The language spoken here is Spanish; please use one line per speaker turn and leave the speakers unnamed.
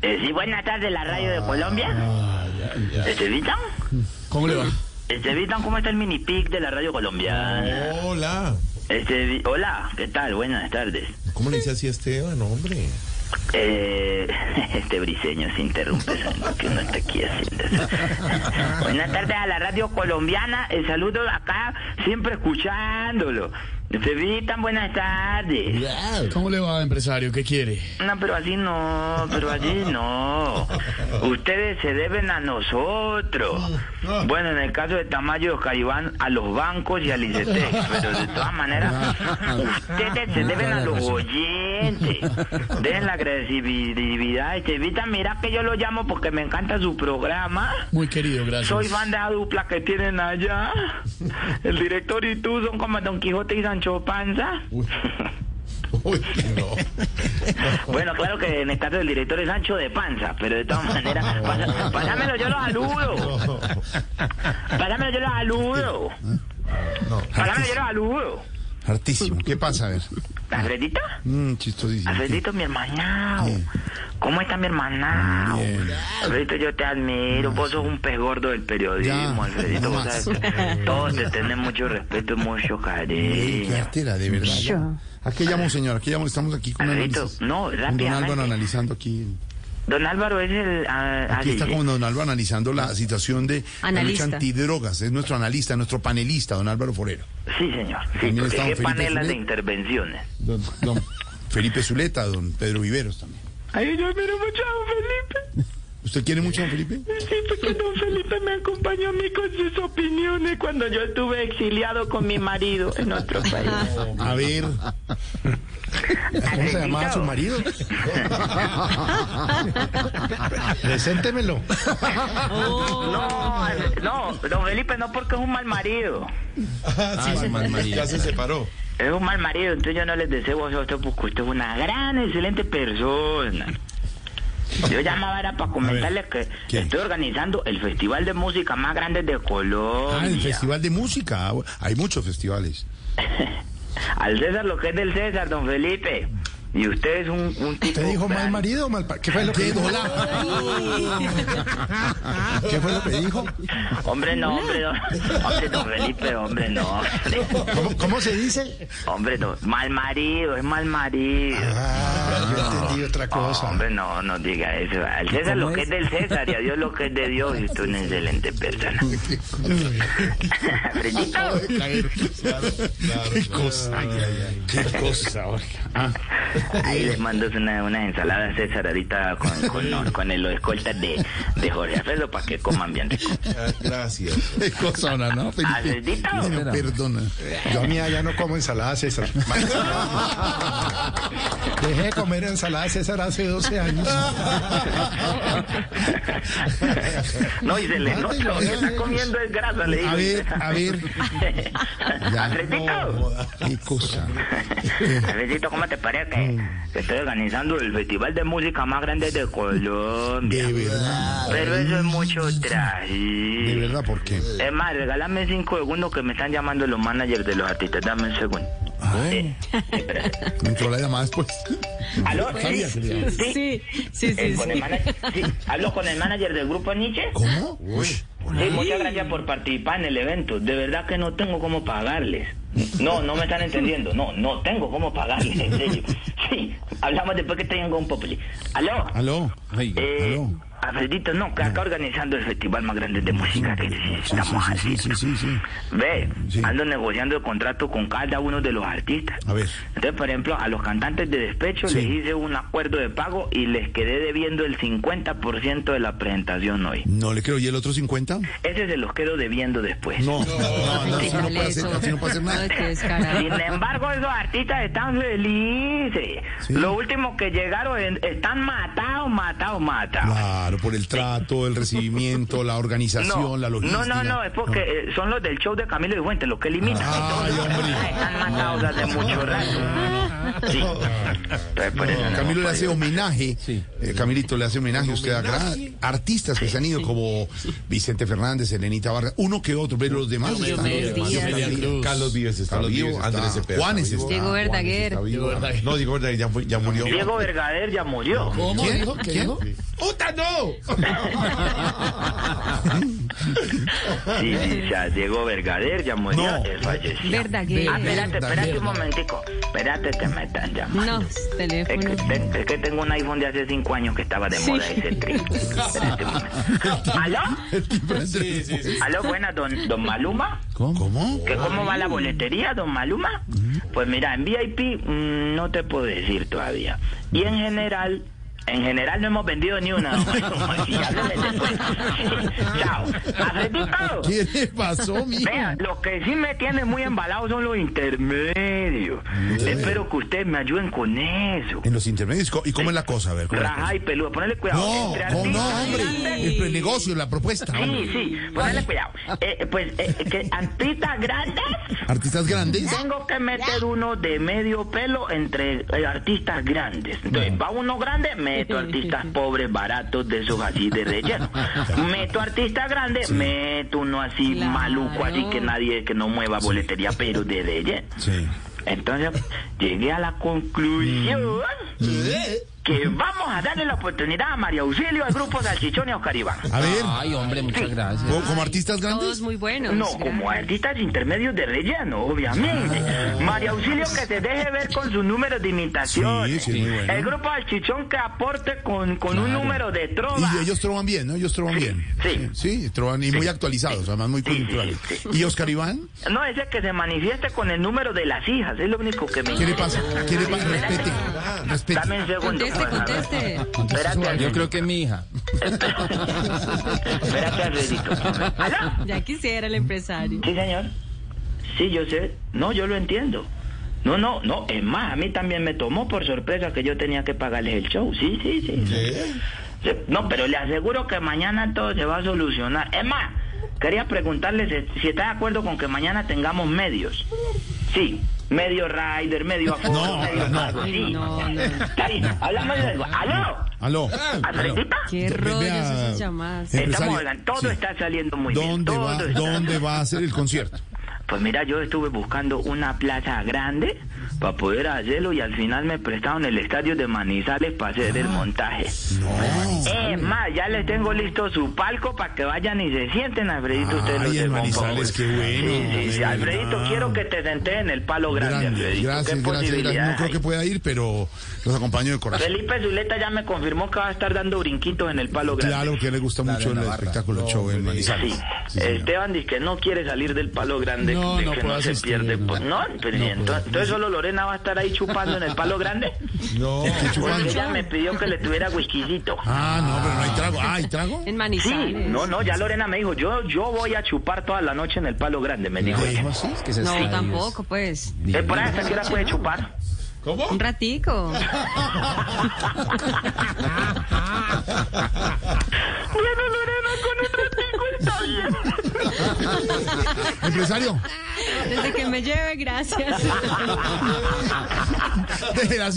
Eh, sí, buenas tardes, la radio de Colombia.
Ah.
Este, Estevitan,
¿Cómo le va?
Estevitan, este, ¿cómo está el mini pic de la radio colombiana?
Hola.
Este, hola, ¿qué tal? Buenas tardes.
¿Cómo le dice así a Esteban, hombre?
Eh, este briseño se interrumpe sabiendo que uno está aquí haciendo eso. Buenas tardes a la radio colombiana. El saludo acá, siempre escuchándolo. Estevitan, buenas tardes.
¿Cómo le va, empresario? ¿Qué quiere?
No, pero así no, pero así no. Ustedes se deben a nosotros. Bueno, en el caso de Tamayo y Oscar Iván, a los bancos y al ICT. Pero de todas maneras, ustedes se deben a los oyentes. Den la agresividad. Este Vita, mira que yo lo llamo porque me encanta su programa.
Muy querido, gracias.
Soy banda dupla que tienen allá. El director y tú son como Don Quijote y Sancho Panza.
Uy, no.
Bueno, claro que en el caso del director es ancho de panza, pero de todas maneras, pasa- pásamelo, yo lo saludo. Pásamelo, yo lo saludo.
No.
Pásamelo, yo lo saludo.
Hartísimo.
¿Qué pasa? A ver.
¿Alfredito?
Mm, chistosísimo.
Alfredito, mi hermanao. ¿Cómo está mi hermanao?
Bien.
Alfredito, yo te admiro. Vos sos un pez gordo del periodismo,
Ya,
Alfredito.
no
Vos
más.
sabes que todos te tenés mucho respeto y mucho
Qué
cariño.
artera, de verdad. ya. ¿A qué llamo, señor? ¿A qué llamo? Estamos aquí con
Alfredito,
análisis.
no,
Con Don
rápidamente.
Álvaro analizando aquí.
Don Álvaro es el... ah, ah,
Aquí
sí,
está
sí.
con Don Álvaro analizando la situación de la lucha
Analista.
antidrogas. Es nuestro analista, nuestro panelista, Don Álvaro Forero.
Sí, señor. Sí,
También
porque
está don
qué
Felipe
panelas de
Zuleta.
intervenciones.
Don, don Felipe Zuleta, Don Pedro Viveros también.
Ay, yo admiro mucho a don Felipe.
¿Usted quiere mucho, Don Felipe?
Sí, porque don Felipe me acompañó a mí con sus opiniones cuando yo estuve exiliado con mi marido en otro país.
A ver.
¿Cómo se llamaba su marido?
Preséntemelo.
No, no, don Felipe no porque es un mal marido.
Ah,
ya se separó.
Es un mal marido, entonces yo no les deseo a vosotros porque usted es una gran, excelente persona. Yo llamaba era para comentarles que
¿qué?
estoy organizando el festival de música más grande de Colombia.
Ah, el Festival de Música. Ah, bueno, Hay muchos festivales.
Al César lo que es del César, don Felipe. Y usted es un, un tipo...
¿Te dijo mal
gran-
marido o mal pa- ¿Qué fue lo que dijo? ¿Qué fue lo que dijo?
Hombre, no, hombre, no. Hombre, don Felipe, hombre, no. hombre.
¿Cómo, se dice?
Hombre, no. Mal marido, es mal marido.
Ah, yo entendí otra
Hombre, no, no diga eso. Al César lo que es del César y a Dios lo que es de Dios. Y usted es una excelente persona. Alfredito,
Qué cosa. Qué cosa, oiga.
ahí les mando una, unas ensaladas César ahorita con, con, con el- los escoltas de, de Jorge Alfredo para que coman bien rico.
Ah, Gracias.
Qué cosa ahora, ¿no? Felipe.
Alfredito.
Señor, perdona.
Yo mía ya no como ensalada César. Dejé de comer ensalada César hace 12 años.
No, y se le nota,
Mátelo,
lo que
ya,
está
ya.
comiendo es grasa, le digo.
eh. A ver, a ver. Ya.
Alfredito,
Qué cosa.
Alfredito, ¿cómo te parece? Que estoy organizando el festival de música más grande de Colombia.
De verdad.
Pero eso es mucho
De
traje.
verdad, ¿por qué?
Es más, regálame cinco segundos que me están llamando los managers de los artistas. Dame un segundo.
Ay,
Espera.
me entró la llamada después.
¿Aló?
Sabía que le iba
Sí.
Sí, sí,
Eh,
sí.
con el
sí.
manager- sí. ¿Hablo con el manager del grupo Nietzsche?
¿Cómo? Uy.
Sí, muchas gracias por participar en el evento. De verdad que no tengo cómo pagarles. No, no me están entendiendo. No, no tengo cómo pagarles, en serio. Sí, hablamos después que tengo un populi. ¿Aló?
Aló.
Eh,
Ah, Aló.
Alfredito, no, que acá organizando el festival más grande de música que
Sí,
estamos
sí, sí,
haciendo.
sí, sí, sí.
Ve,
Sí.
ando negociando el contrato con cada uno de los artistas.
A ver.
Entonces, por ejemplo, a los cantantes de despecho
Sí.
les hice un acuerdo de pago y les quedé debiendo el 50% de la presentación hoy.
No le creo. ¿Y el otro 50?
Ese se los quedo debiendo después.
No. No, no, no, así no puede hacer, así no puede hacer nada.
Ay, qué descarado.
Sin embargo, esos artistas están felices.
Sí.
Los últimos que llegaron en- están matados, matados, matados.
Claro, por el trato, el recibimiento, la organización, la
no,
logística.
no, no, es porque eh, son los del show de Camilo y Fuentes los que limitan.
Ay,
Entonces,
hombre.
Están matados hace mucho rato. Sí. Entonces, por eso no
Camilo le
hemos
hace
podido.
homenaje, eh, Camilito le hace homenaje a usted a gran artistas que se han ido como Vicente Fernández, Elenita Vargas, uno que otro, pero los demás están-
Diomedes
los demás
Díaz.
están ahí.
Carlos, Vives está
Carlos
vivo,
Vives está,
Andrés Cepeda.
Juanes
está vivo.
está.
Diego Verdaguer.
Juanes
Diego
está vivo.
Verdaguer.
No, Diego Verdaguer ya, fue- ya murió.
Diego Vergader ya murió.
¿Cómo
¿Quién?
dijo? ¿Qué
¿Quién?
dijo?
¡Puta, no!
Sí, sí, o sea, Diego Vergader ya murió.
No.
él falleció.
Verdaguer.
Ah, espérate, espérate
Verdaguer.
un momentico. Espérate, te me están llamando.
No,
Es
teléfono.
que, te- es que tengo un iPhone de hace cinco años que estaba de
Sí.
moda ese trip. Espérate un momento. ¿Aló?
Sí, sí, sí.
¿Aló? Buenas, don, don Maluma.
¿Cómo?
¿Que ¿Cómo va la boletería, don Maluma? Pues mira, en VIP mm, no te puedo decir todavía. Y en general, en general no hemos vendido ni una. don Maluma. Sí, háblame después. Chao. Afectito.
¿Qué le pasó, mijo?
Vea, lo que sí me tiene muy embalado son los intermedios. Espero que ustedes me ayuden con eso.
En los intermedios, ¿co- ¿y cómo es la cosa? A ver, ¿cómo es la cosa?
Raja y peluda, ponle cuidado.
No,
Entre
¿cómo no,
artistas
hombre.
grandes-
El, el negocio, la propuesta.
Sí,
hombre.
sí, ponle cuidado. Eh, pues, eh, que artistas grandes,
Artistas grandes.
tengo que meter uno de medio pelo entre eh, artistas grandes. Entonces, va uno grande, meto artistas pobres, baratos, de esos así de relleno. Meto artistas grandes, meto uno así
Claro.
maluco, así que nadie que no mueva boletería, pero de relleno.
Sí.
Entonces llegué a la conclusión que vamos a darle la oportunidad a María Auxilio, al grupo Salchichón y a Oscar Iván.
A ver,
Ay, hombre, muchas gracias.
¿co- ¿como artistas
Todos
grandes?
muy buenos.
No, como artistas intermedios de relleno, obviamente. María Auxilio que se deje ver con sus números de imitación.
Sí, sí, muy bueno.
El grupo Salchichón que aporte con, con un número de trova.
Y ellos trovan bien, ¿no? Ellos trovan bien.
Sí.
Sí, trovan y muy actualizados, además muy coyunturales. ¿Y Oscar Iván?
No, ese que se manifieste con el número de las hijas, es lo único que me
¿Qué le
interesa.
pasa? ¿Qué le pasa? Respete. Respete.
Dame un segundo. pues.
Conteste, conteste.
Espérate,
Yo creo que es mi hija.
espérate, Alfredito. ¿Aló?
Ya quisiera el empresario.
Sí, señor. Sí, yo sé. No, yo lo entiendo. No, no, no. Es más, a mí también me tomó por sorpresa que yo tenía que pagarles el show. Sí, sí, sí. Sí, No, pero le aseguro que mañana todo se va a solucionar. Es más, quería preguntarle si- si está de acuerdo con que mañana tengamos medios. Sí. Medio rider, medio aforo,
No,
medio
no.
cargo,
Ay,
sí.
no, no.
Está bien, hablamos luego. ¡Aló!
Aló. Aló.
¿Alfredita?
Ve-
Qué
vea,
rollos esas llamadas.
eh,
Estamos
Empresario,
hablando, todo
sí.
está saliendo muy bien.
¿Dónde
todo
va,
está-
¿Dónde va a ser el concierto?
Pues mira, yo estuve buscando una plaza grande para poder hacerlo y al final me prestaron el estadio de Manizales para hacer el montaje.
No.
Es más, ya les tengo listo su palco para que vayan y se sienten, Alfredito. ustedes los
Ay, el
del Bonfón.
Manizales, qué bueno.
Sí, sí,
de
sí, Alfredito,
verdad.
quiero que te sentes en el palo grande,
Grande.
Alfredito.
Gracias,
¿Qué
gracias, gracias.
posibilidades
No creo que
hay?
pueda ir, pero los acompaño de corazón.
Felipe Zuleta ya me confirmó que va a estar dando brinquitos en el palo grande.
Claro que le gusta mucho el espectáculo show en
Sí. Eh,
Manizales. Sí, señor.
Esteban dice que no quiere salir del palo grande,
No,
de
no
que
puedo
no se
asistir,
pierde.
no.
por- No, pero
No
¿y ento-
puedo.
entonces solo Lorena va a estar ahí chupando en el palo grande.
No.
Porque ella me pidió que le tuviera whiskycito.
Ah, no, pero no hay trago. Ah, ¿hay trago?
En
Sí,
Manizales.
no, no, ya Lorena me dijo, yo yo voy a chupar toda la noche en el palo grande, me dijo. ella.
¿Cómo así? Que se
No,
está-
tampoco, pues.
Eh, por ahí hasta qué hora puede chupar.
¿Cómo?
Un ratico.
Bueno, Lorena, con el ratico está bien.
Empresario,
Desde que me lleve, gracias.
gracias.